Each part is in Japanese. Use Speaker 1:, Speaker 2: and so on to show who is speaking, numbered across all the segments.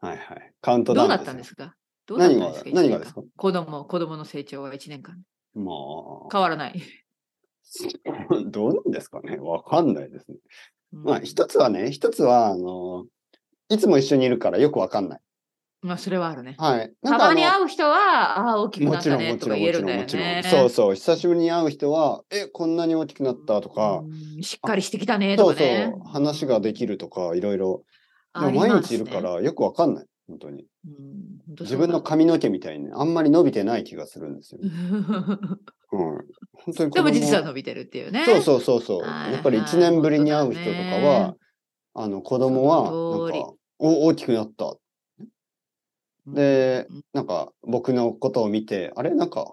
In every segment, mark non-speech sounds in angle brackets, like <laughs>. Speaker 1: はいはい。カウントダ
Speaker 2: ど
Speaker 1: ウ
Speaker 2: う
Speaker 1: ン
Speaker 2: な
Speaker 1: ね。
Speaker 2: ったんですかどうなった
Speaker 1: 何
Speaker 2: ん
Speaker 1: が
Speaker 2: ですか
Speaker 1: 何
Speaker 2: 一
Speaker 1: が
Speaker 2: 年
Speaker 1: です
Speaker 2: 間
Speaker 1: か
Speaker 2: 子供、子供の成長は1年間。
Speaker 1: も
Speaker 2: 変わらない。
Speaker 1: う、 <laughs> どうなんですかねわかんないですね。
Speaker 2: うん
Speaker 1: まあ、一つはね、一つは、あの、いつも一緒にいるからよくわかんない。
Speaker 2: まあ、それはあるね。
Speaker 1: はい。な
Speaker 2: た
Speaker 1: んかあ
Speaker 2: ま
Speaker 1: の
Speaker 2: に会う人は、ああ、大きく
Speaker 1: も
Speaker 2: なっ
Speaker 1: ち
Speaker 2: た
Speaker 1: ろん、
Speaker 2: ね
Speaker 1: もち
Speaker 2: と
Speaker 1: ろ
Speaker 2: か
Speaker 1: ん、
Speaker 2: 言え
Speaker 1: もち
Speaker 2: るん
Speaker 1: ろ
Speaker 2: だ
Speaker 1: ん、
Speaker 2: よ
Speaker 1: もちろ
Speaker 2: ね
Speaker 1: ん。。そうそう、久しぶりに会う人は、え、こんなに大きくなったとか
Speaker 2: う、んしっかりしてきたねと
Speaker 1: そう
Speaker 2: か
Speaker 1: そ
Speaker 2: ね。
Speaker 1: う、話ができるとか、いろいろ。でも
Speaker 2: ありますね
Speaker 1: 毎日いるか、らよくわかんない。本当に。
Speaker 2: うん本当そ
Speaker 1: 自
Speaker 2: うだ
Speaker 1: 分の
Speaker 2: <laughs>
Speaker 1: 髪の毛みたいにね、あんまり伸びてない気がするんですよね。うん。本当に子供
Speaker 2: でも実は伸びてるっていうね。
Speaker 1: そうそうそうそう。
Speaker 2: はいはい
Speaker 1: やっぱり1年ぶりに会う人とかは、
Speaker 2: 本
Speaker 1: あの子供は
Speaker 2: その
Speaker 1: な
Speaker 2: 通り
Speaker 1: んかお大きくなった。
Speaker 2: うん <laughs>
Speaker 1: で
Speaker 2: うん、
Speaker 1: なんか僕のことを見て、あれなんか、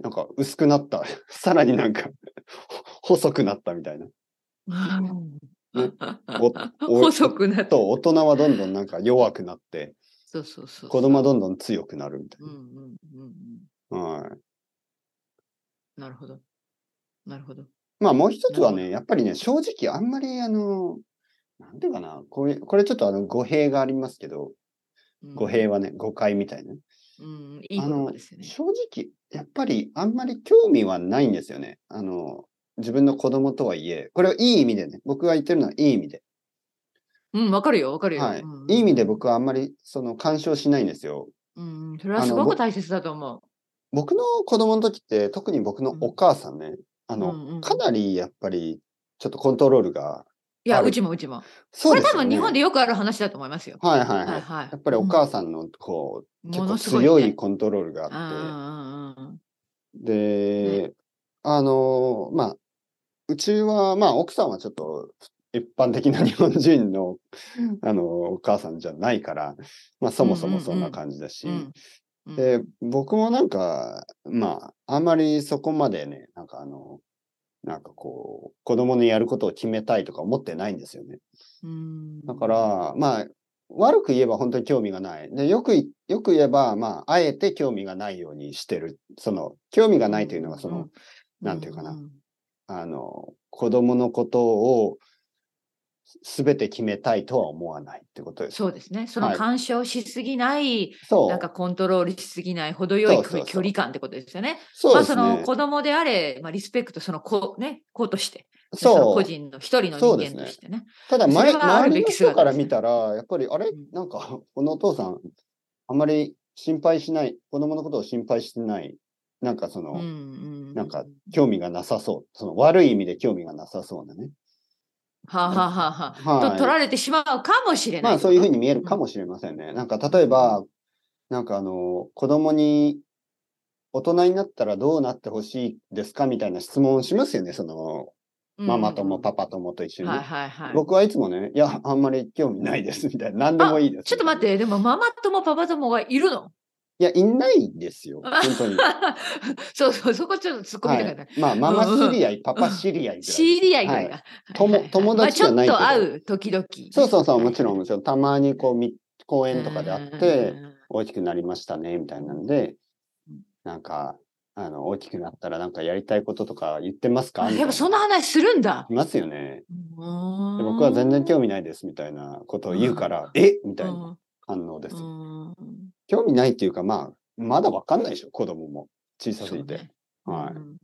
Speaker 1: なんか薄くなった。 <laughs> さらになんか <laughs> 細くなったみたいな。ね
Speaker 2: <laughs>
Speaker 1: おお
Speaker 2: 細くなっ
Speaker 1: あ
Speaker 2: た。
Speaker 1: と大人はどんどんなんか弱くなって、
Speaker 2: そうそうそう。
Speaker 1: 子供はどんどん強くなるみたい
Speaker 2: うんうんうん
Speaker 1: な。
Speaker 2: うん。
Speaker 1: はい。
Speaker 2: なるほど。なるほど。
Speaker 1: まあもう一つは
Speaker 2: なる
Speaker 1: ね、やっぱりね、正直あんまりあの、なんていうかな、こういう、これちょっとあの語弊がありますけど、
Speaker 2: うん
Speaker 1: 語弊はね、誤解みたいな。
Speaker 2: うん、いい
Speaker 1: あ
Speaker 2: 言
Speaker 1: の
Speaker 2: 葉ですよね。
Speaker 1: 正直、やっぱりあんまり興味はないんですよね。あの、自分の子供とはいえ、これはいい意味でね、僕が言ってるのはいい意味で。
Speaker 2: うん、わかるよ、わかるよ。
Speaker 1: はい
Speaker 2: うん。
Speaker 1: いい意味で僕はあんまりその干渉しないんですよ。
Speaker 2: うん、それ
Speaker 1: あ
Speaker 2: は
Speaker 1: の
Speaker 2: すご
Speaker 1: ぼ
Speaker 2: く大切だと思
Speaker 1: 僕の子供の時って、特に僕のお母さんね、あの、
Speaker 2: うんうん
Speaker 1: かなりやっぱりちょっとコントロールが、
Speaker 2: う。いや、
Speaker 1: ある
Speaker 2: うちもうちも。
Speaker 1: そ
Speaker 2: こ
Speaker 1: う
Speaker 2: れ
Speaker 1: です
Speaker 2: 多
Speaker 1: よ
Speaker 2: 分
Speaker 1: ね
Speaker 2: 日本でよくある話だと思いますよ。
Speaker 1: はいはいはい。
Speaker 2: はい
Speaker 1: や
Speaker 2: はい。
Speaker 1: っぱりお母さんのこう、
Speaker 2: うん
Speaker 1: 結
Speaker 2: も
Speaker 1: 構
Speaker 2: のすごい
Speaker 1: 強
Speaker 2: ね
Speaker 1: いコントロールが
Speaker 2: うん
Speaker 1: あって、
Speaker 2: うんうん
Speaker 1: で、あのまあ、うちは、まあ、奥さんはちょっと一般的な日本人の、あのお母さんじゃないから、まあ、そもそもそんな感じだし、
Speaker 2: うんうん。
Speaker 1: で、僕もなんか、まあ、あまりそこまでね、なんかあの、なんかこう、子供のやることを決めたいとか思ってないんですよね。
Speaker 2: うん
Speaker 1: だか、ら、まあ、悪く言えば本当に興味がない。で、よくい、よく言えば、まあ、あえて興味がないようにしてる。その、興味がないというのは、その、
Speaker 2: うん
Speaker 1: なんていうかな
Speaker 2: うん
Speaker 1: あの、子供のことをすべて決めたいとは思わないってことです。
Speaker 2: そうですね。その
Speaker 1: はい
Speaker 2: 干渉しすぎない、
Speaker 1: そう。
Speaker 2: なんかコントロールしすぎない、程よい
Speaker 1: そうそうそう
Speaker 2: 距離感ってことですよね。
Speaker 1: そう
Speaker 2: まあ
Speaker 1: です
Speaker 2: そ
Speaker 1: ね。
Speaker 2: の子供であれ、まあ、リスペクト、その子、ね、子として、
Speaker 1: そう
Speaker 2: の個人の一人の
Speaker 1: そうで
Speaker 2: 人
Speaker 1: す
Speaker 2: 間
Speaker 1: ね
Speaker 2: としてね。
Speaker 1: ただ、
Speaker 2: そ
Speaker 1: 前
Speaker 2: れはある
Speaker 1: 周り
Speaker 2: べ
Speaker 1: の
Speaker 2: き
Speaker 1: 人から
Speaker 2: 姿ですね
Speaker 1: 見たら、やっぱり、あれ
Speaker 2: うん
Speaker 1: なんか、このお父さん、あまり心配しない、子供のことを心配してない、なんかその、
Speaker 2: うんうん、
Speaker 1: なんか興味がなさそう。その悪い意味で興味がなさそうなね。
Speaker 2: はあ、はあはあはあ
Speaker 1: はい
Speaker 2: と取られてしまうかもしれない。
Speaker 1: まあそういうふう
Speaker 2: に。
Speaker 1: に見えるかもしれませんね。なんか例えば、なんかあの、子供に大人になったらどうなってほしいですかみたいな質問をしますよね。その、ママ友、パ
Speaker 2: パ
Speaker 1: パ友と一緒に。
Speaker 2: はいはいはい。
Speaker 1: 僕はいつもね、いや、あんまり興味ないですみたいな。何でもいいです。
Speaker 2: ちょっと待っ。て、でもママ友、パパ友はいるの <laughs>
Speaker 1: いや、いないんですよ。本当に。
Speaker 2: そうそう、そこちょっと突っ込みたかった。
Speaker 1: まあ、ママ知り合い、パパ知り合いぐらい。
Speaker 2: 知り合いぐらいだ。
Speaker 1: 友
Speaker 2: はいはいはい
Speaker 1: 友達じゃないけど
Speaker 2: まあ、ちょっと会う、時々。
Speaker 1: そうそうそう、
Speaker 2: はい
Speaker 1: もちろん、もちろん。たまにこうみ、公園とかであって、
Speaker 2: うん
Speaker 1: 大きくなりましたねみたいなんで
Speaker 2: うん、
Speaker 1: なんか、あの、大きくなったらなんかやりたいこととか言ってますか
Speaker 2: あ
Speaker 1: みたい
Speaker 2: やっぱそんな話するんだ。
Speaker 1: いますよね。で僕
Speaker 2: 僕
Speaker 1: は全然
Speaker 2: 味
Speaker 1: 興味ないですみたいなことを言うから、えみたいな反応です。興味ないっていうか、まあ、まだわかんないでしょ、子供も。小さすぎて。は
Speaker 2: う
Speaker 1: い。
Speaker 2: ん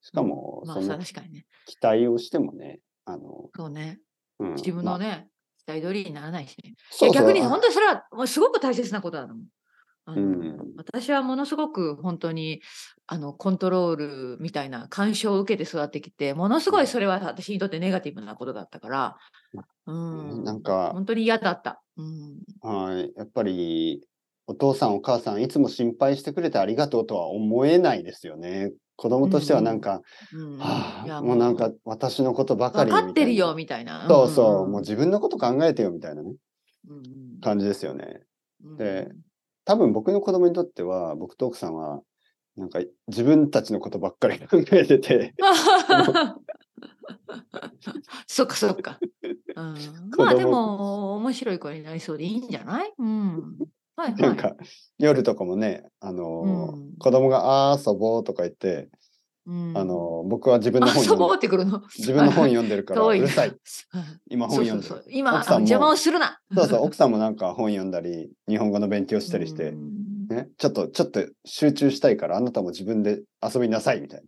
Speaker 1: しかも、
Speaker 2: ま
Speaker 1: そ
Speaker 2: あさ
Speaker 1: の
Speaker 2: 確かにね。
Speaker 1: 期待をしてもね、あの、
Speaker 2: そうね。
Speaker 1: うん
Speaker 2: 自分
Speaker 1: ま
Speaker 2: の
Speaker 1: あ
Speaker 2: ね、期待通りにならないしね。い
Speaker 1: そう
Speaker 2: や
Speaker 1: そう
Speaker 2: 逆に
Speaker 1: あ
Speaker 2: 本当にそれはもうすごく大切なことだと思う。あの
Speaker 1: うん
Speaker 2: 私はものすごく本当にあのコントロールみたいな干渉を受けて育ってきてものすごいそれは私にとってネガティブなことだったから、うん、
Speaker 1: なんか、
Speaker 2: 本当に嫌だった。うん、
Speaker 1: はい、やっぱりお父さんお母さんいつも心配してくれてありがとうとは思えないですよね。子供としてはなんか、
Speaker 2: う
Speaker 1: は
Speaker 2: ん
Speaker 1: いあ、
Speaker 2: や
Speaker 1: もうなんか私のことばか
Speaker 2: 分
Speaker 1: り
Speaker 2: か
Speaker 1: みたいな。
Speaker 2: ってるよみたいな。
Speaker 1: そうそう、もう
Speaker 2: も
Speaker 1: 自分のこと考えてよみたいなね、
Speaker 2: うん
Speaker 1: 感じですよね。
Speaker 2: うん
Speaker 1: で多分僕の子供にとっては、僕と奥さんは、なんか自分たちのことばっかり考えてて、
Speaker 2: そっかそっか。うん
Speaker 1: 子
Speaker 2: まあで
Speaker 1: 供
Speaker 2: も面白い子になりそうでいいんじゃないうん。はいはい。
Speaker 1: なんか夜とかもね、あのー
Speaker 2: うん
Speaker 1: 子供があー遊ぼうとか言って、
Speaker 2: うん
Speaker 1: あ、の僕は自分の
Speaker 2: あ、
Speaker 1: 本
Speaker 2: そう
Speaker 1: 読
Speaker 2: 戻
Speaker 1: ん
Speaker 2: ってくるの。
Speaker 1: 自分の本読んでるから
Speaker 2: 遠
Speaker 1: う
Speaker 2: いな
Speaker 1: るさい
Speaker 2: うん
Speaker 1: 今本読んで
Speaker 2: そうそう
Speaker 1: る
Speaker 2: そう今
Speaker 1: 奥さんも
Speaker 2: 邪魔をするな。
Speaker 1: そうそう奥さんもなんか本読んだり日本語の勉強したりして、
Speaker 2: うん
Speaker 1: ね、ちょっとちょっと集中したいからあなたも自分で遊びなさいみたいな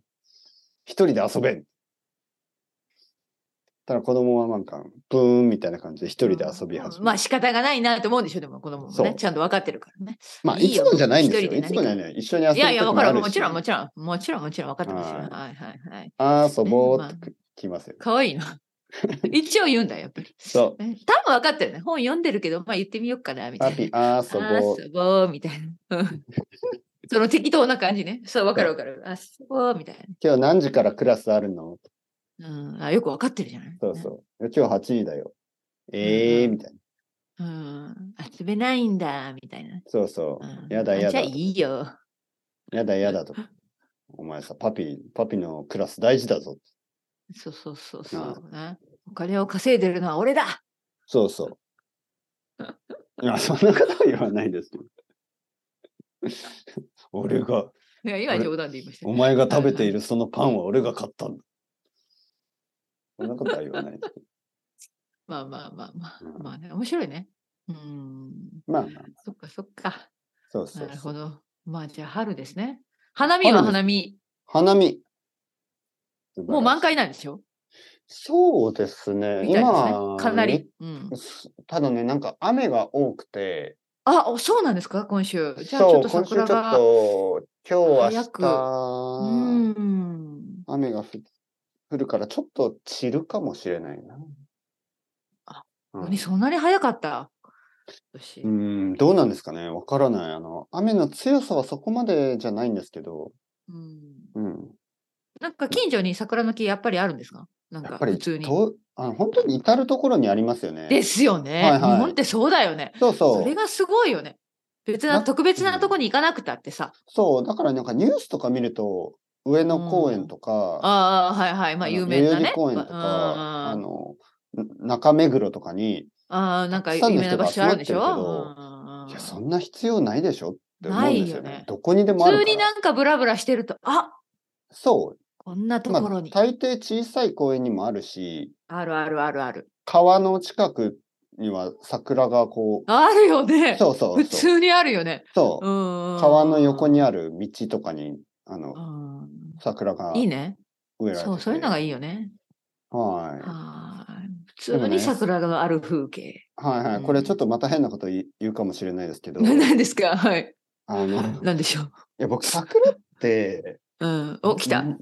Speaker 1: 一人で遊べんただ子供はなんかブーンみたいな感じで一人で遊び始
Speaker 2: うん
Speaker 1: め
Speaker 2: ま
Speaker 1: る
Speaker 2: あ仕方がないなと思うんでしょうでも子供も
Speaker 1: そう
Speaker 2: ねちゃんと分かってるからね。
Speaker 1: まあい
Speaker 2: いい
Speaker 1: つ
Speaker 2: よ
Speaker 1: もじゃないんです
Speaker 2: 一
Speaker 1: よ
Speaker 2: 人で
Speaker 1: いつもじゃない一緒に遊ぶ
Speaker 2: いやいや
Speaker 1: 時
Speaker 2: 分
Speaker 1: も
Speaker 2: か
Speaker 1: あ
Speaker 2: る
Speaker 1: る
Speaker 2: も
Speaker 1: し
Speaker 2: ちろんもちろんもちろんもちろん分かってますよ。
Speaker 1: は
Speaker 2: はいいはいはい。
Speaker 1: 遊ぼうってきますよ
Speaker 2: 可愛いな。一応言うんだやっぱり。
Speaker 1: そう
Speaker 2: え多分分かってるね。本読んでるけどまあ言ってみようかなみた
Speaker 1: パ
Speaker 2: い
Speaker 1: ピ
Speaker 2: な。
Speaker 1: 遊ぼう
Speaker 2: 遊ぼうみたいな。
Speaker 1: <laughs>
Speaker 2: うんその適当な感じね。そう分かる分かる。遊ぼうみたい
Speaker 1: 今日何時からクラスあるの
Speaker 2: な。うんあよく分かってるじゃない。
Speaker 1: そうそう今日8時だよええー、みたいな
Speaker 2: うん遊べないんだみたいな。
Speaker 1: そうそう
Speaker 2: うん
Speaker 1: やだやだ
Speaker 2: じゃあいいよ。
Speaker 1: やだやだとかお前さパピパピのクラス大事だぞ
Speaker 2: そうそうそうそ
Speaker 1: あ
Speaker 2: う、ね。お金を稼いでるのは俺だ
Speaker 1: そう
Speaker 2: <laughs>
Speaker 1: そう。いや、そんなことは言わないですけど。俺が、
Speaker 2: いや
Speaker 1: あ
Speaker 2: 今
Speaker 1: れ
Speaker 2: 冗談で言いました
Speaker 1: お
Speaker 2: よ。
Speaker 1: 前が食べているそのパンは俺が買ったんだ。そんなことは言わないですけ
Speaker 2: まあまあまあまあ、
Speaker 1: うん
Speaker 2: まあね、面白いね。うん、
Speaker 1: ど。まあまあ、
Speaker 2: そっかそっか。
Speaker 1: そうそう
Speaker 2: なる
Speaker 1: そ
Speaker 2: ほ
Speaker 1: う。
Speaker 2: ど。まあじゃあ春ですね。花見は
Speaker 1: 春です
Speaker 2: 花見。
Speaker 1: 花見。
Speaker 2: もう満開なんでしょ
Speaker 1: そうですね。
Speaker 2: みたいですね
Speaker 1: 今、。
Speaker 2: かなり。うん、
Speaker 1: す。ただね、なんか雨が多くて、
Speaker 2: あおそうなんですか今週。じゃあちょ
Speaker 1: そ
Speaker 2: っ
Speaker 1: う、
Speaker 2: と
Speaker 1: 今週ちょ
Speaker 2: 桜
Speaker 1: っ
Speaker 2: が。
Speaker 1: と、今日
Speaker 2: 早く
Speaker 1: 明日、
Speaker 2: うん。
Speaker 1: 雨がふ降るから、ちょっと散るかもしれないな。
Speaker 2: あ
Speaker 1: うん、
Speaker 2: 何そんなに早かった私、
Speaker 1: うん、どうなんですかね、わからない。あの、雨の強さはそこまでじゃないんですけど、
Speaker 2: うん。
Speaker 1: うん、
Speaker 2: なんか近所に桜の木やっぱりあるんですかなん
Speaker 1: や
Speaker 2: か
Speaker 1: っぱり
Speaker 2: 普通に。
Speaker 1: とあの本当に至るところにありますよね。
Speaker 2: ですよね、
Speaker 1: はいはい
Speaker 2: 日本ってそうだよね。
Speaker 1: そうそ
Speaker 2: そうれ。がすごいよね。別な
Speaker 1: な
Speaker 2: 特別なとこに行かなくたってさ。
Speaker 1: そう、だからなんかニュースとか見ると、上野公園とか、
Speaker 2: ああはいはいまあ
Speaker 1: の
Speaker 2: 有名な
Speaker 1: 代々
Speaker 2: ね
Speaker 1: 木。公園とか、あ
Speaker 2: あ
Speaker 1: の、ん中目黒とかに、
Speaker 2: あーなんか
Speaker 1: たく
Speaker 2: 有
Speaker 1: さんの
Speaker 2: 名
Speaker 1: 人
Speaker 2: な場
Speaker 1: が
Speaker 2: 所あるんでしょ
Speaker 1: 集まっ
Speaker 2: う
Speaker 1: てるけど
Speaker 2: んうんうん
Speaker 1: いや、そんな必要ないでしょって思うんですよね。
Speaker 2: ないよね
Speaker 1: どこにでもある
Speaker 2: 普
Speaker 1: か
Speaker 2: 通
Speaker 1: ら。
Speaker 2: になんかブラブラしてるとあ
Speaker 1: そ
Speaker 2: こんなと
Speaker 1: う。まあ、
Speaker 2: ころに、
Speaker 1: 大抵小さい公園にもあるし、
Speaker 2: あるあるあるある
Speaker 1: 川の近くには桜がこう、
Speaker 2: あるよね。
Speaker 1: そうそうそう。
Speaker 2: 普通にあるよね。
Speaker 1: そう、
Speaker 2: うん
Speaker 1: 川の横
Speaker 2: に。
Speaker 1: にある道とかに、あの、
Speaker 2: うん
Speaker 1: 桜が
Speaker 2: いい
Speaker 1: 植
Speaker 2: ね。
Speaker 1: えられてて
Speaker 2: そうそういうのがいいよね。
Speaker 1: は
Speaker 2: はい普
Speaker 1: でも
Speaker 2: 通
Speaker 1: ね
Speaker 2: に桜がある風景。
Speaker 1: い。はいは
Speaker 2: う
Speaker 1: い。
Speaker 2: ん
Speaker 1: これちょっとまた変なこと言い言うかもしれないです
Speaker 2: <laughs>
Speaker 1: けど、
Speaker 2: 何ですかはい。
Speaker 1: あの、い
Speaker 2: 何でしょう。
Speaker 1: や、僕、桜って、
Speaker 2: うん、お、来た
Speaker 1: う。ん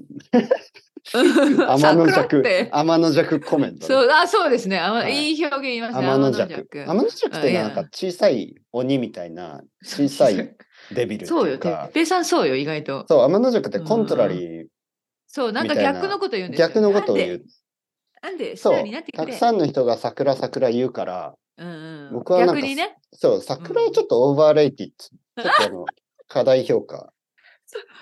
Speaker 1: 天
Speaker 2: <laughs>
Speaker 1: の
Speaker 2: 桜っ
Speaker 1: 弱
Speaker 2: て、。
Speaker 1: 天の弱コメントね。
Speaker 2: そう、あ、そうですね。あま
Speaker 1: はい
Speaker 2: いい表現言いますね。
Speaker 1: 天の弱。
Speaker 2: 天
Speaker 1: 天の弱ってなん
Speaker 2: あい
Speaker 1: か
Speaker 2: や
Speaker 1: 小さい鬼みたいな
Speaker 2: <laughs> そう
Speaker 1: 小さいデビルって
Speaker 2: そう
Speaker 1: い
Speaker 2: よ、
Speaker 1: う
Speaker 2: てっ
Speaker 1: か、
Speaker 2: ぺいさんそうよ、意外と。
Speaker 1: そう、天の弱ってコントラリ
Speaker 2: そう、なんか
Speaker 1: みたいな
Speaker 2: 逆のこと言う
Speaker 1: ー、
Speaker 2: んですよ。
Speaker 1: 逆のことを言う。
Speaker 2: なんで。なんで、素
Speaker 1: そ
Speaker 2: 直
Speaker 1: う
Speaker 2: になって、く
Speaker 1: たく
Speaker 2: れ。
Speaker 1: さんの人が桜桜言うから、
Speaker 2: うんうん
Speaker 1: 僕はなんか
Speaker 2: 逆にね。
Speaker 1: そう、桜をちょっとオーバーレイティッツ。ちょっとあの、過大評価。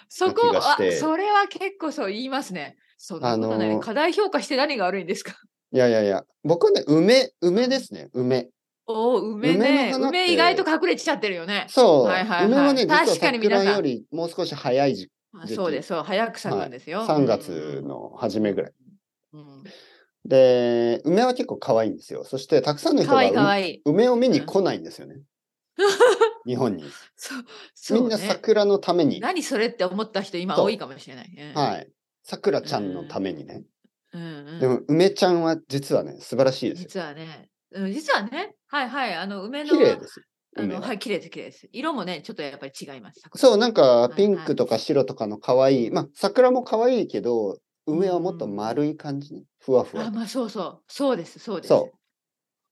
Speaker 2: そこ
Speaker 1: な気がし
Speaker 2: あ
Speaker 1: て、
Speaker 2: それは結構そう言いますね。そんなことない、
Speaker 1: あのー
Speaker 2: 課題評価して何が悪いんですか。 <laughs>
Speaker 1: いやいやいや、僕はね、梅、梅ですね、梅。
Speaker 2: おお、梅
Speaker 1: 梅
Speaker 2: ね
Speaker 1: の花って
Speaker 2: 梅意外と隠れちゃってるよね。
Speaker 1: そう、
Speaker 2: はいはいはい
Speaker 1: 梅はね、実は
Speaker 2: 確かに皆
Speaker 1: 桜
Speaker 2: さん
Speaker 1: よりもう少し早い時
Speaker 2: あ
Speaker 1: 時期
Speaker 2: そうです、そう、早く咲くんですよ。
Speaker 1: 3月の初めぐらい。
Speaker 2: うんうんうん。
Speaker 1: で、梅は結構可愛いんですよ。そして、たくさんの人
Speaker 2: か
Speaker 1: が <laughs>
Speaker 2: わいいか
Speaker 1: う
Speaker 2: わいい。
Speaker 1: 梅を見に来ないんですよね。日本に。
Speaker 2: そう、 <laughs> そう
Speaker 1: み
Speaker 2: ね、
Speaker 1: んな桜のために、
Speaker 2: 何それって思った人今
Speaker 1: そう
Speaker 2: 多いかもしれない。うん
Speaker 1: はい。桜ちゃんのためにね。
Speaker 2: うんうん
Speaker 1: でも、梅ちゃんは実はね、素晴らしいですよ。
Speaker 2: 実はね、うん実はね、はいはい、あの梅の
Speaker 1: 綺麗ですよ。
Speaker 2: あ
Speaker 1: 梅
Speaker 2: の
Speaker 1: は
Speaker 2: はい綺麗です綺麗です。色もね、ちょっとやっぱり違います。
Speaker 1: そう、なんか
Speaker 2: い
Speaker 1: ピンクとか白とかの可愛い、まあ桜も可愛いけど、梅はもっと
Speaker 2: うん
Speaker 1: 丸い感じね。ふわふ
Speaker 2: あ、
Speaker 1: わ。
Speaker 2: まあそうそう、そうですそうです。
Speaker 1: そ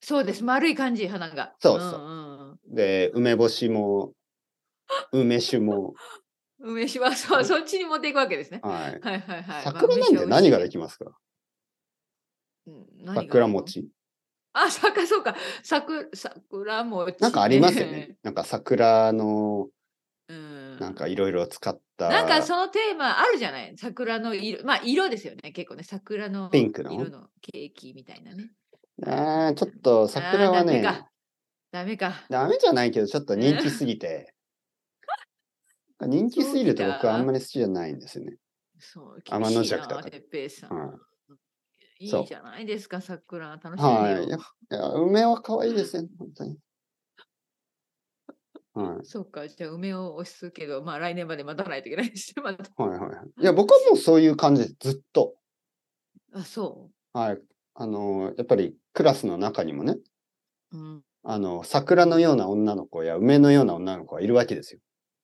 Speaker 2: そうです丸い感じ花が。
Speaker 1: そうそうん
Speaker 2: うん
Speaker 1: で、梅干しも、梅酒
Speaker 2: <laughs>
Speaker 1: も、
Speaker 2: うん。梅酒はそうそっちに持っていくわけですね。
Speaker 1: はい。
Speaker 2: はいはいはい。
Speaker 1: 桜なんて何がで
Speaker 2: き
Speaker 1: きますか
Speaker 2: る
Speaker 1: 桜。餅。
Speaker 2: あ、桜そうか。桜桜餅、ね。
Speaker 1: なんかありますよね。。なんか桜の、
Speaker 2: うん。
Speaker 1: なんかいろいろ使った。
Speaker 2: なんかそのテーマあるじゃない桜の色まあ色ですよね結構ね桜の
Speaker 1: ピンクの
Speaker 2: 色のケーキみたいなね
Speaker 1: あーちょっと桜はね
Speaker 2: あーダメ、かダメか
Speaker 1: ダメじゃないけど、ちょっと人気すぎて。人気すぎると
Speaker 2: そう
Speaker 1: 僕は
Speaker 2: か
Speaker 1: あんまり好きじゃないんですよね。
Speaker 2: そう、
Speaker 1: 天の
Speaker 2: 厳しい
Speaker 1: 弱だ
Speaker 2: な
Speaker 1: から
Speaker 2: 哲平さん。
Speaker 1: はい
Speaker 2: い
Speaker 1: そう
Speaker 2: いじゃないですか、桜。楽しみ
Speaker 1: は
Speaker 2: よ
Speaker 1: い。やっぱいや梅は可愛いですね、本当に。はい。
Speaker 2: そうか、じゃあ梅を押すけど、まあ来年まで待たないといけないし、また。
Speaker 1: はいはいはい。いや、僕はもうそういう感じです、ずっと。
Speaker 2: あ、そ
Speaker 1: はい。あのーやっぱりクラスの中にもね、
Speaker 2: う。うん。
Speaker 1: あの、桜のような女の子や梅のような女の子がいるわけですよ。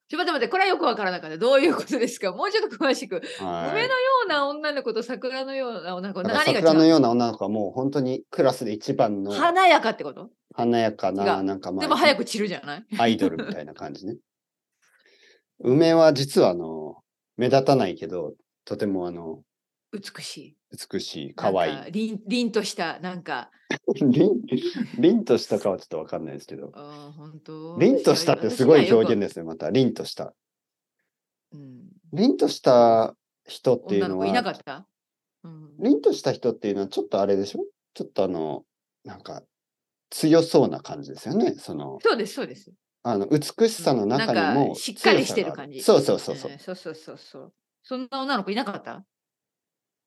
Speaker 2: ちょ、待って待って、これはよくわからなかった。どういうことですかもうちょっと詳しく。
Speaker 1: は
Speaker 2: 梅
Speaker 1: い
Speaker 2: のような女の子と桜のような女の子、
Speaker 1: だから
Speaker 2: 何
Speaker 1: 桜の
Speaker 2: が違う
Speaker 1: ような女の子はもう本当にクラスで一番の
Speaker 2: 華やかってこと
Speaker 1: 華やか
Speaker 2: 違
Speaker 1: な、
Speaker 2: う
Speaker 1: なんかま
Speaker 2: でも早
Speaker 1: あ、
Speaker 2: く散るじゃない
Speaker 1: アイドルみたいな感じね。梅は実はあの、目立たないけど、とてもあの、
Speaker 2: 美しい。
Speaker 1: 美しい、可愛い <laughs>
Speaker 2: なん。か凛凛とした、なんか、
Speaker 1: 凛凛としたかはちょっとわかんないですけど。
Speaker 2: あー本当
Speaker 1: 凛としたってすごい表現
Speaker 2: で。
Speaker 1: ですね、また。凛とした。
Speaker 2: うん
Speaker 1: 凛とした人っていう
Speaker 2: 女の
Speaker 1: の
Speaker 2: 子いなか
Speaker 1: は、
Speaker 2: った、うん、
Speaker 1: 凛とした人っていうのはちょっとあれでしょちょっとあの、なんか強そうな感じですよね。その、
Speaker 2: そうです、そうです。
Speaker 1: あの美しさの中に
Speaker 2: うんなん
Speaker 1: も強さがある、
Speaker 2: かしっかりしてる感じ
Speaker 1: そうそうそうそう
Speaker 2: え。ーそうそうそうそう。そんな女の子いなかった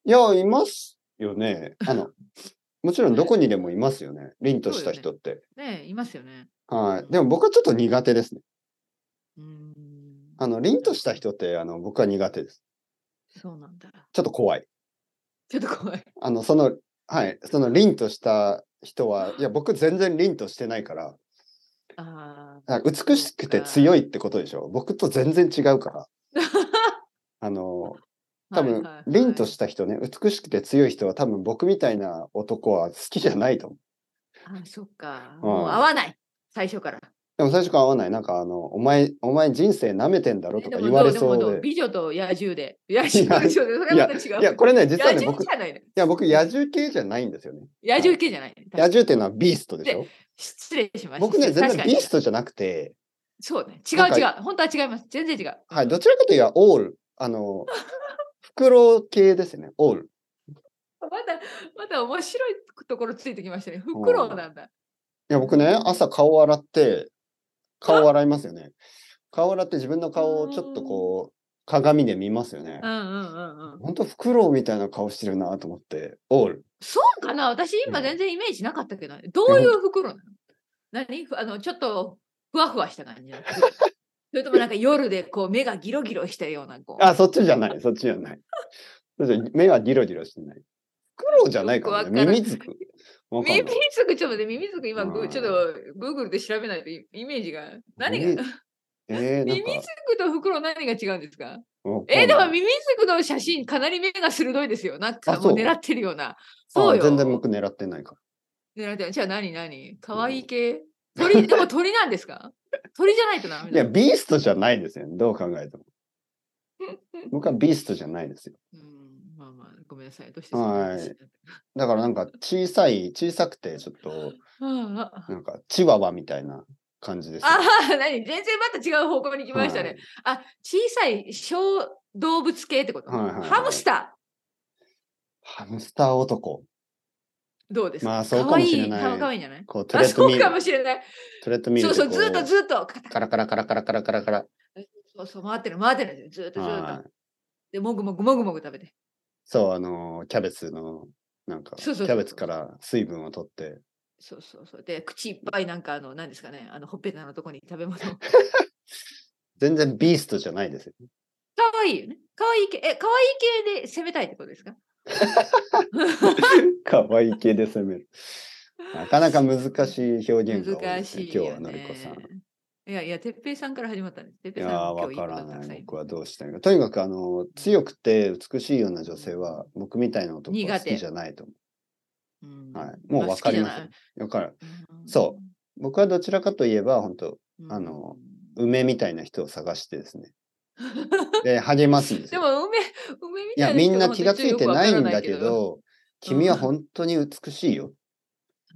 Speaker 1: いや、いますよ
Speaker 2: <laughs>
Speaker 1: ね。あの、もちろんどこにでもいますよね。凛とした人って。
Speaker 2: ねえいますよね。
Speaker 1: はい。でも僕はちょっと苦手ですね。
Speaker 2: うーん。
Speaker 1: あの、凛とした人って、あの、僕は苦手です。
Speaker 2: そうなんだ。
Speaker 1: ちょっと怖い。
Speaker 2: ちょっと怖い。
Speaker 1: <laughs> あの、その、はい、その凛とした人は、いや、僕全然凛としてないから、
Speaker 2: ああ。
Speaker 1: あ美しくて強いってことでしょ。僕と全然違うから。あの、 <laughs> 多分、
Speaker 2: はいはいはい
Speaker 1: 凛とした人ね、美しくて強い人は多分僕みたいな男は好きじゃないと思う。
Speaker 2: あそっか。
Speaker 1: ん
Speaker 2: もう合わない。最初から。
Speaker 1: でも最初から合わない。なんかあの、お前、お前人生舐めてんだろとか
Speaker 2: でも
Speaker 1: 言われ
Speaker 2: ど
Speaker 1: そ
Speaker 2: でもど
Speaker 1: うで。
Speaker 2: 美女と野獣で。野獣でしょ。それはまた違う。
Speaker 1: いや、これね、実は
Speaker 2: 野
Speaker 1: ね、
Speaker 2: 獣
Speaker 1: 僕、い
Speaker 2: じゃないの。
Speaker 1: や、僕、野獣系じゃないんですよね。
Speaker 2: 野獣系じゃない。
Speaker 1: 野獣っていうのはビーストでしょ。
Speaker 2: 失礼しました。
Speaker 1: 僕ね、全
Speaker 2: 確
Speaker 1: 然
Speaker 2: かに
Speaker 1: ビーストじゃなくて、
Speaker 2: そうね。違う
Speaker 1: なんか
Speaker 2: 違う。本当は違います。全然違う。
Speaker 1: はい、どちらかというと、オール。あ
Speaker 2: <laughs>
Speaker 1: の、袋系ですよね、オール。
Speaker 2: まだ、まだ面白いところついてきましたね。フクロウなんだ。
Speaker 1: いや、僕ね、朝顔を洗って、顔を洗いますよね。顔を洗って自分の顔をちょっとこう、鏡で見ますよね
Speaker 2: う。んうんうんうん。
Speaker 1: ほんと、フクロウみたいな顔してるなと思って、オール。
Speaker 2: そうかな私今
Speaker 1: うん
Speaker 2: 全然イメージなかったけど、どういう袋なの何ふあのちょっとふわふわした感じなの
Speaker 1: <laughs>
Speaker 2: それともなんか夜でこう目がギロギロしたようなこう。
Speaker 1: あ、そっちじゃない、そっちじゃない。そっち目はギロギロしてない。フクロウじゃないから
Speaker 2: よくわ
Speaker 1: ね、
Speaker 2: からん
Speaker 1: 耳つく。わかんない
Speaker 2: 耳つくちょっと待って耳つく今
Speaker 1: う
Speaker 2: グ
Speaker 1: ん
Speaker 2: ちょっとグーグルで調べないとイイメージが何が
Speaker 1: 耳え
Speaker 2: <laughs>
Speaker 1: ー、なん
Speaker 2: 耳
Speaker 1: か
Speaker 2: つくと袋何が違うんですか
Speaker 1: わかんない。
Speaker 2: えーでも耳つくの写真かなり目が鋭いですよなんか
Speaker 1: あ
Speaker 2: も
Speaker 1: そうう
Speaker 2: 狙ってるようなそう
Speaker 1: あ
Speaker 2: よ
Speaker 1: 全然僕狙ってないから。
Speaker 2: 狙ってるじゃあ何何可愛い系鳥でも鳥なんですか鳥じゃないとダメ
Speaker 1: い
Speaker 2: だ
Speaker 1: や、ビーストじゃないですよね。どう考
Speaker 2: <laughs>
Speaker 1: えても。僕はビーストじゃないですよ。
Speaker 2: うんまあまあ、ごめんなさい。どうしてそんな話になった
Speaker 1: だからなんか小さい、小さくて、ちょっと、
Speaker 2: あ
Speaker 1: なんかチワワみたいな感じですよ。
Speaker 2: あ、あ何全然また違う方向に行きましたね。あ、小さい小動物系ってこと、
Speaker 1: はいはいはい
Speaker 2: ハムスタ
Speaker 1: ハムスター男。
Speaker 2: ー、どうですか
Speaker 1: まあそうかもしれない
Speaker 2: かわいいかわいいんじゃない
Speaker 1: こう、ト
Speaker 2: あ、
Speaker 1: レッド
Speaker 2: そ
Speaker 1: ミ
Speaker 2: うか
Speaker 1: ール。
Speaker 2: もしれない。
Speaker 1: トレッドミー
Speaker 2: そう
Speaker 1: ルで
Speaker 2: そ
Speaker 1: こ
Speaker 2: う、ずっとずっと、カタ
Speaker 1: カラカラカラカラカラカラカラ。
Speaker 2: そうそう、回ってる、回ってる。ずっとずっ
Speaker 1: は
Speaker 2: と
Speaker 1: い。
Speaker 2: で、もぐもぐもぐもぐ食べて。
Speaker 1: そう、あのー、キャベツの、なんか、キ
Speaker 2: そうそうそう
Speaker 1: ャベツから水分を取って。
Speaker 2: そうそうそう。で、口いっぱいなんか、あの、何ですかね、あの、ほっぺたのとこに食べ物を。か
Speaker 1: 全然ビーストじゃないですよ。 <laughs>
Speaker 2: わいいよね。かわいい系、え、かわいい系で攻めたいってことですか <laughs>
Speaker 1: 可愛い系で攻める。なかなか難しい表現が多い
Speaker 2: 難
Speaker 1: ですね、
Speaker 2: しい
Speaker 1: 今
Speaker 2: よ、
Speaker 1: 日は
Speaker 2: ね。
Speaker 1: のりこさん。
Speaker 2: いやいや、哲平さんから始まったんです。
Speaker 1: い
Speaker 2: 哲
Speaker 1: や
Speaker 2: 平
Speaker 1: ー、
Speaker 2: さんも今
Speaker 1: わ
Speaker 2: 日い
Speaker 1: から
Speaker 2: いことた
Speaker 1: な
Speaker 2: くさ
Speaker 1: い。
Speaker 2: ん言う
Speaker 1: 僕はどうしたいか。とにかく、あの、強くて美しいような女性は、僕みたいな男は
Speaker 2: 苦
Speaker 1: 好
Speaker 2: 手
Speaker 1: きじゃないと思
Speaker 2: うん
Speaker 1: う。はい。もうわかりますよ。わかる。そう僕はどちらかといえば、本当
Speaker 2: ん。
Speaker 1: あの梅みたいな人を探してです
Speaker 2: <laughs>
Speaker 1: ね。で、励ますんです
Speaker 2: で
Speaker 1: よ。
Speaker 2: も、梅、梅み
Speaker 1: い
Speaker 2: た
Speaker 1: や、
Speaker 2: いな
Speaker 1: み
Speaker 2: 人
Speaker 1: んな
Speaker 2: は
Speaker 1: 気がついてないんだけ
Speaker 2: 本当によくわ
Speaker 1: ど、君は本当に美しいよ。
Speaker 2: か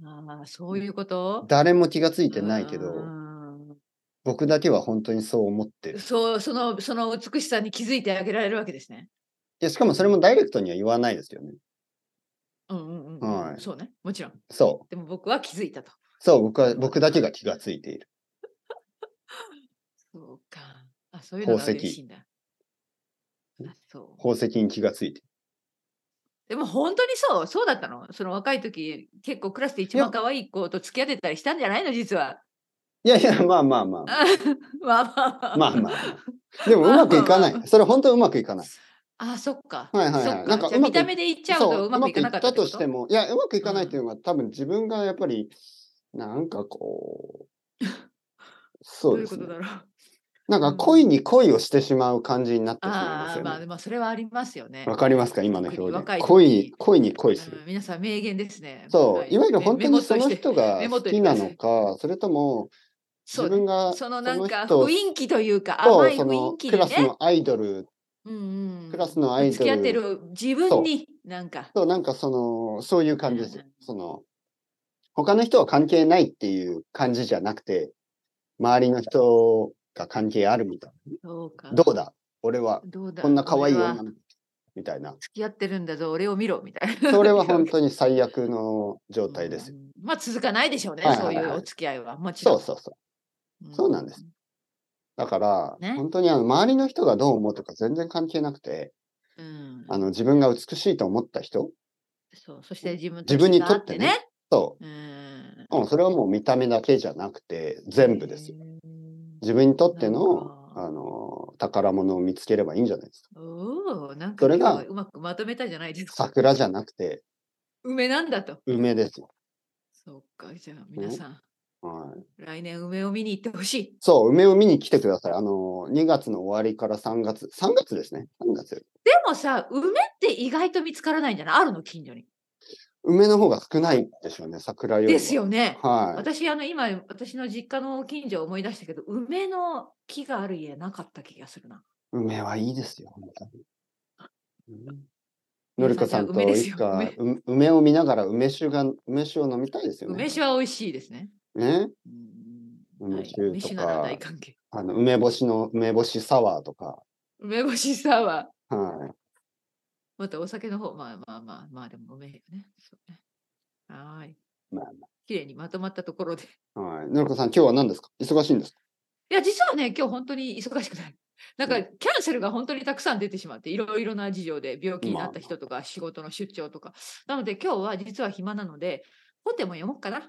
Speaker 2: らないけど。ああ、そういうこと
Speaker 1: 誰も気がついてないけど、
Speaker 2: うん
Speaker 1: 僕だけは本当にそう思ってる。い
Speaker 2: そう、その、その美しさに気づいてあげられるわけですね。
Speaker 1: や、しかもそれもダイレクトには言わないですよね。
Speaker 2: うんうんうん。
Speaker 1: はい
Speaker 2: そうね。もちろん。
Speaker 1: そう。
Speaker 2: でも僕は気づいたと。
Speaker 1: そう、僕は、僕だけが気がついている。
Speaker 2: そうか。あ、そういうのが
Speaker 1: 宝石
Speaker 2: 嬉しいんだ。そう
Speaker 1: 宝石に気がついて。
Speaker 2: でも本当にそう、そうだったの。その若い時、結構クラスで一
Speaker 1: いや
Speaker 2: 番可愛い子と付き合ってたりしたんじゃないの、実は。 <laughs>
Speaker 1: いやいや、まあまあまあ。
Speaker 2: まあま
Speaker 1: ま
Speaker 2: あ
Speaker 1: あまあまあ。でもうまくいかない。それ本当うまくいかない。
Speaker 2: あ、そっか。
Speaker 1: はいはいはい
Speaker 2: そっか。
Speaker 1: な
Speaker 2: なんん
Speaker 1: か
Speaker 2: か
Speaker 1: うまく
Speaker 2: 見た目で言っちゃう
Speaker 1: そ
Speaker 2: とうまくいかなかった
Speaker 1: うまくいったとして
Speaker 2: も。
Speaker 1: も、いや、うまくいかないっていうのは、多分自分がやっぱり、なんかこう、
Speaker 2: ど
Speaker 1: そう
Speaker 2: うい
Speaker 1: で
Speaker 2: う
Speaker 1: す
Speaker 2: こと
Speaker 1: ね。
Speaker 2: だろう。
Speaker 1: なんか恋に恋をしてしまう感じになってしまいま
Speaker 2: あ
Speaker 1: す
Speaker 2: あ、
Speaker 1: よ
Speaker 2: まあ
Speaker 1: ね。
Speaker 2: まあ、それはありますよね。
Speaker 1: わかりますか今の表現
Speaker 2: 若い。時
Speaker 1: 恋に、恋に恋する
Speaker 2: うん。皆さん名言ですね。
Speaker 1: そ
Speaker 2: は
Speaker 1: う、いわゆる本当にその。
Speaker 2: メメモとして
Speaker 1: 人が
Speaker 2: メ
Speaker 1: 好
Speaker 2: モとし
Speaker 1: き
Speaker 2: て
Speaker 1: なのか、それとも
Speaker 2: そ
Speaker 1: 自
Speaker 2: うね
Speaker 1: 分が
Speaker 2: そのなんか
Speaker 1: その人
Speaker 2: 雰囲気というか、
Speaker 1: と
Speaker 2: 甘い
Speaker 1: その
Speaker 2: 雰囲気
Speaker 1: ク
Speaker 2: で
Speaker 1: ラス
Speaker 2: ね。
Speaker 1: のアイドル
Speaker 2: うんうん
Speaker 1: クラスのアイドル
Speaker 2: 付き合ってる自
Speaker 1: そう
Speaker 2: 分に、なんか。
Speaker 1: となんかそのそういう感じですよ
Speaker 2: うんうん。
Speaker 1: その他の人は関係ないっていう感じじゃなくて、周りの人が関係あるみたい
Speaker 2: そうか。
Speaker 1: な。どうだ俺は
Speaker 2: どうだ
Speaker 1: こんな可愛い
Speaker 2: 俺は
Speaker 1: 女の子みたいな。
Speaker 2: 付き合ってるんだぞ、俺を見ろみたいな。
Speaker 1: それは本当に最悪の状態ですよ。
Speaker 2: <laughs> うん。まあ続かないでしょうね、
Speaker 1: はいはいはい
Speaker 2: そういうお付き合いは。もちろ
Speaker 1: そうそ
Speaker 2: ん。
Speaker 1: うそう。
Speaker 2: うん
Speaker 1: そうなんです。だから、
Speaker 2: ね
Speaker 1: 本当にあの周りの人がどう思うとか全然関係なくて、
Speaker 2: うん。
Speaker 1: あの自分が美しいと思った人
Speaker 2: そう、そして自分
Speaker 1: 自分にとってね
Speaker 2: ね。
Speaker 1: と、
Speaker 2: うん。
Speaker 1: うん、それはもう見た目だけじゃなくて全部ですよ。
Speaker 2: へー
Speaker 1: 自分にとっての
Speaker 2: なんか
Speaker 1: あの宝物を見つければいいんじゃないですか。
Speaker 2: おお、なんか
Speaker 1: それ
Speaker 2: 今
Speaker 1: が
Speaker 2: 日はうまくまとめたじゃないですか。
Speaker 1: 桜じゃなくて
Speaker 2: 梅なんだと。
Speaker 1: 梅ですよ。
Speaker 2: そうか、じゃあ皆さん、
Speaker 1: はい、
Speaker 2: 来年梅を見に行ってほしい。
Speaker 1: そう、梅を見に来てください。あの、2月の終わりから3月、3月ですね。3月。
Speaker 2: でもさ、梅って意外と見つからないんじゃないあるの近所に。
Speaker 1: 梅の方が少ないでしょうね、桜よりは。
Speaker 2: ですよね。
Speaker 1: はい。
Speaker 2: 私、あの、今、私の実家の近所を思い出したけど、梅の木がある家なかった気がするな。
Speaker 1: 梅はいいですよ、本当に。うんの
Speaker 2: 皆
Speaker 1: りこ
Speaker 2: さんじ
Speaker 1: さ
Speaker 2: ゃあ
Speaker 1: んと
Speaker 2: 梅です
Speaker 1: い
Speaker 2: よ
Speaker 1: つかう梅を見ながら梅酒が梅酒を飲みたいですよね。
Speaker 2: 梅酒は美味しいですね。
Speaker 1: ね
Speaker 2: うん
Speaker 1: 梅
Speaker 2: はい
Speaker 1: 酒
Speaker 2: 梅
Speaker 1: と
Speaker 2: 酒
Speaker 1: か
Speaker 2: なら大関係。
Speaker 1: あの梅干しの梅干しサワーとか、
Speaker 2: 梅干しサワー。
Speaker 1: はい、
Speaker 2: またお酒の方、まあまあまあ、まあでも梅よね。そうねはーい。
Speaker 1: まあ
Speaker 2: 綺麗にまとまったところで。
Speaker 1: はい。のりこさん、今日は何ですか忙しいんですか
Speaker 2: いや、実はね、今日本当に忙しくない。なんか、キャンセルが本当にたくさん出てしまって、いろいろな事情で病気になった人とか、仕事の出張とか。なので、今日は実は暇なので、本でも読もうかな。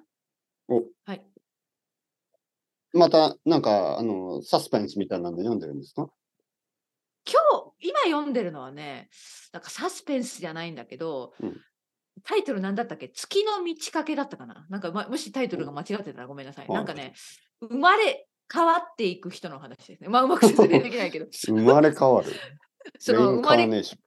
Speaker 1: また、なんか、あの、サスペンスみたいなの読んでるんですか
Speaker 2: 今日、今読んでるのはね、なんかサスペンスじゃないんだけど、
Speaker 1: うん
Speaker 2: タイトルなんだったっけ月の満ち欠けだったかななんか、ま、もしタイトルが間違ってたらごめんなさい。
Speaker 1: はい
Speaker 2: なんかね、生まれ変わっていく人の話ですね。まあ、うまく説明できな
Speaker 1: <laughs>
Speaker 2: いけど、
Speaker 1: 生まれ変わる。
Speaker 2: <laughs> そ
Speaker 1: レイ
Speaker 2: の
Speaker 1: ン
Speaker 2: 生
Speaker 1: カ
Speaker 2: ま
Speaker 1: ー
Speaker 2: れ、
Speaker 1: ネーショ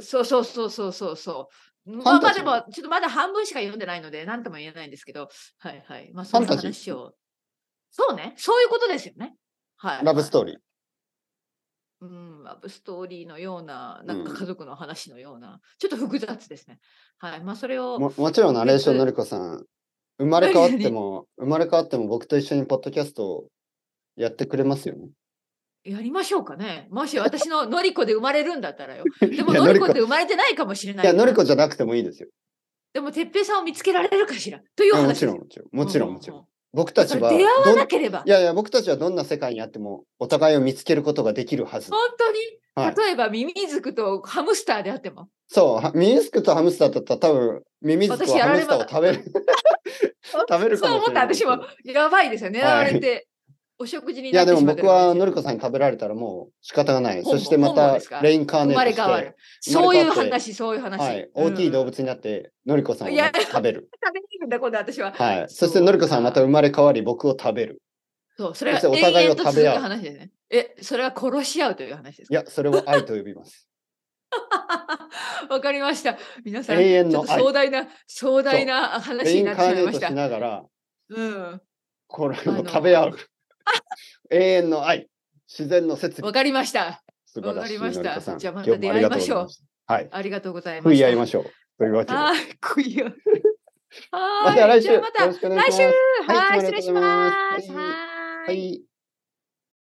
Speaker 1: ン。
Speaker 2: そうそうそうそうそうそう。ま
Speaker 1: ファ
Speaker 2: あま
Speaker 1: ンタ
Speaker 2: あ
Speaker 1: ジ
Speaker 2: で
Speaker 1: ー
Speaker 2: も、ちょっとまだ半分しか読んでないので、なんとも言えないんですけど、はいはい。まあ、
Speaker 1: ァ
Speaker 2: そ
Speaker 1: ン
Speaker 2: の
Speaker 1: タジー
Speaker 2: 話を。そうね、そういうことですよね。はい。
Speaker 1: ラブス
Speaker 2: ー
Speaker 1: トーリー。
Speaker 2: リー。うん、ラブストーリーのような、なん
Speaker 1: う
Speaker 2: か
Speaker 1: ん
Speaker 2: 家族の話のような、ちょっと複雑ですね。はい。まあ、それを。
Speaker 1: ももちろん、ナレーションのりこさん、生まれ変わって
Speaker 2: <laughs> 何
Speaker 1: も、生まれ変わっても僕と一緒にポッドキャストをやってくれますよね。
Speaker 2: やりましょうかね。もし私ののりこで生まれるんだったらよ。で
Speaker 1: <laughs>
Speaker 2: も
Speaker 1: いやの
Speaker 2: のりこ
Speaker 1: りこ
Speaker 2: って生まれてないかもしれないい。
Speaker 1: や、のりこじゃなくてもいいですよ。
Speaker 2: でも、てっぺいさんを見つけられるかしら。とい
Speaker 1: い
Speaker 2: う
Speaker 1: や
Speaker 2: 話
Speaker 1: も
Speaker 2: で
Speaker 1: ち
Speaker 2: す
Speaker 1: ろん、
Speaker 2: よ。
Speaker 1: もちろん、もちろん、もちろん。僕
Speaker 2: う
Speaker 1: た
Speaker 2: う
Speaker 1: ち
Speaker 2: それ
Speaker 1: は
Speaker 2: 出会
Speaker 1: ど
Speaker 2: わ
Speaker 1: ん、
Speaker 2: ないければ。
Speaker 1: やいや、僕たちはどんな世界にあっても、お互いを見つけることができるは
Speaker 2: <laughs>
Speaker 1: ず。
Speaker 2: 本当に、
Speaker 1: はい
Speaker 2: 例えばミミズクとハムスターであっても
Speaker 1: そうは、ミミズクとハムスターだったら多分、ミミズク
Speaker 2: 私
Speaker 1: は
Speaker 2: や
Speaker 1: ハ
Speaker 2: ら
Speaker 1: ム
Speaker 2: れ
Speaker 1: スターを
Speaker 2: ま
Speaker 1: 食べる。 <laughs> 食べるかもしれないですけど。
Speaker 2: そう思ったやばいですよね狙
Speaker 1: はい
Speaker 2: われて、お食事に
Speaker 1: い
Speaker 2: な
Speaker 1: や
Speaker 2: っ
Speaker 1: で
Speaker 2: て
Speaker 1: も
Speaker 2: しまって
Speaker 1: 僕
Speaker 2: るわ
Speaker 1: は
Speaker 2: けで
Speaker 1: のりこさんに食べられたらもう仕方がない。
Speaker 2: 本
Speaker 1: そ
Speaker 2: 望
Speaker 1: してま
Speaker 2: 本望
Speaker 1: た
Speaker 2: ですか
Speaker 1: レインカーネ
Speaker 2: 生ま
Speaker 1: ー
Speaker 2: れ
Speaker 1: ショ
Speaker 2: 変
Speaker 1: ン
Speaker 2: わ
Speaker 1: して
Speaker 2: る、そういう
Speaker 1: 生まれ変わって
Speaker 2: 話そういう話、
Speaker 1: はい、大きい動
Speaker 2: うん
Speaker 1: 物になってのりこさんを
Speaker 2: いや
Speaker 1: 食べる。
Speaker 2: 食べれるんだ今度私は
Speaker 1: はい。
Speaker 2: そ
Speaker 1: そうしてのりこさんはまた生まれ変わり僕を食べる。
Speaker 2: そうそれは
Speaker 1: そしてお互い
Speaker 2: 永
Speaker 1: を
Speaker 2: 遠と
Speaker 1: 食
Speaker 2: 続
Speaker 1: べ
Speaker 2: く
Speaker 1: 合う
Speaker 2: 話ですねえそれは殺し合うという話です
Speaker 1: い
Speaker 2: か
Speaker 1: や、それを愛と呼びます。
Speaker 2: わかりました皆さん
Speaker 1: 永遠
Speaker 2: ち
Speaker 1: の
Speaker 2: ょ
Speaker 1: 愛
Speaker 2: っと壮大な壮大な
Speaker 1: レ
Speaker 2: <laughs> 話
Speaker 1: イ
Speaker 2: に
Speaker 1: ン
Speaker 2: なっ
Speaker 1: カ
Speaker 2: てし
Speaker 1: ーネ
Speaker 2: まい
Speaker 1: ー
Speaker 2: まし
Speaker 1: ト
Speaker 2: た
Speaker 1: しながら、
Speaker 2: うん
Speaker 1: これを
Speaker 2: あの
Speaker 1: 食べ合
Speaker 2: <laughs>
Speaker 1: う。永遠の愛。自然の説
Speaker 2: わ
Speaker 1: 理。
Speaker 2: かりました
Speaker 1: 素晴らしい。
Speaker 2: わかりました
Speaker 1: のりこさん
Speaker 2: じゃあまた
Speaker 1: 今日もありがとうございした。はい。
Speaker 2: ありがとうございま
Speaker 1: 食
Speaker 2: す
Speaker 1: い合いましょう。というわけで。
Speaker 2: はい、食い
Speaker 1: <laughs>
Speaker 2: 合う。
Speaker 1: また
Speaker 2: は
Speaker 1: 来
Speaker 2: い、
Speaker 1: 週
Speaker 2: じゃあまた
Speaker 1: よろしくお願いします
Speaker 2: 来週、
Speaker 1: はい
Speaker 2: はい
Speaker 1: つ
Speaker 2: い、
Speaker 1: もありが
Speaker 2: 失礼
Speaker 1: と
Speaker 2: し
Speaker 1: うござい
Speaker 2: ま
Speaker 1: ます
Speaker 2: す。
Speaker 1: は
Speaker 2: はい。
Speaker 1: い。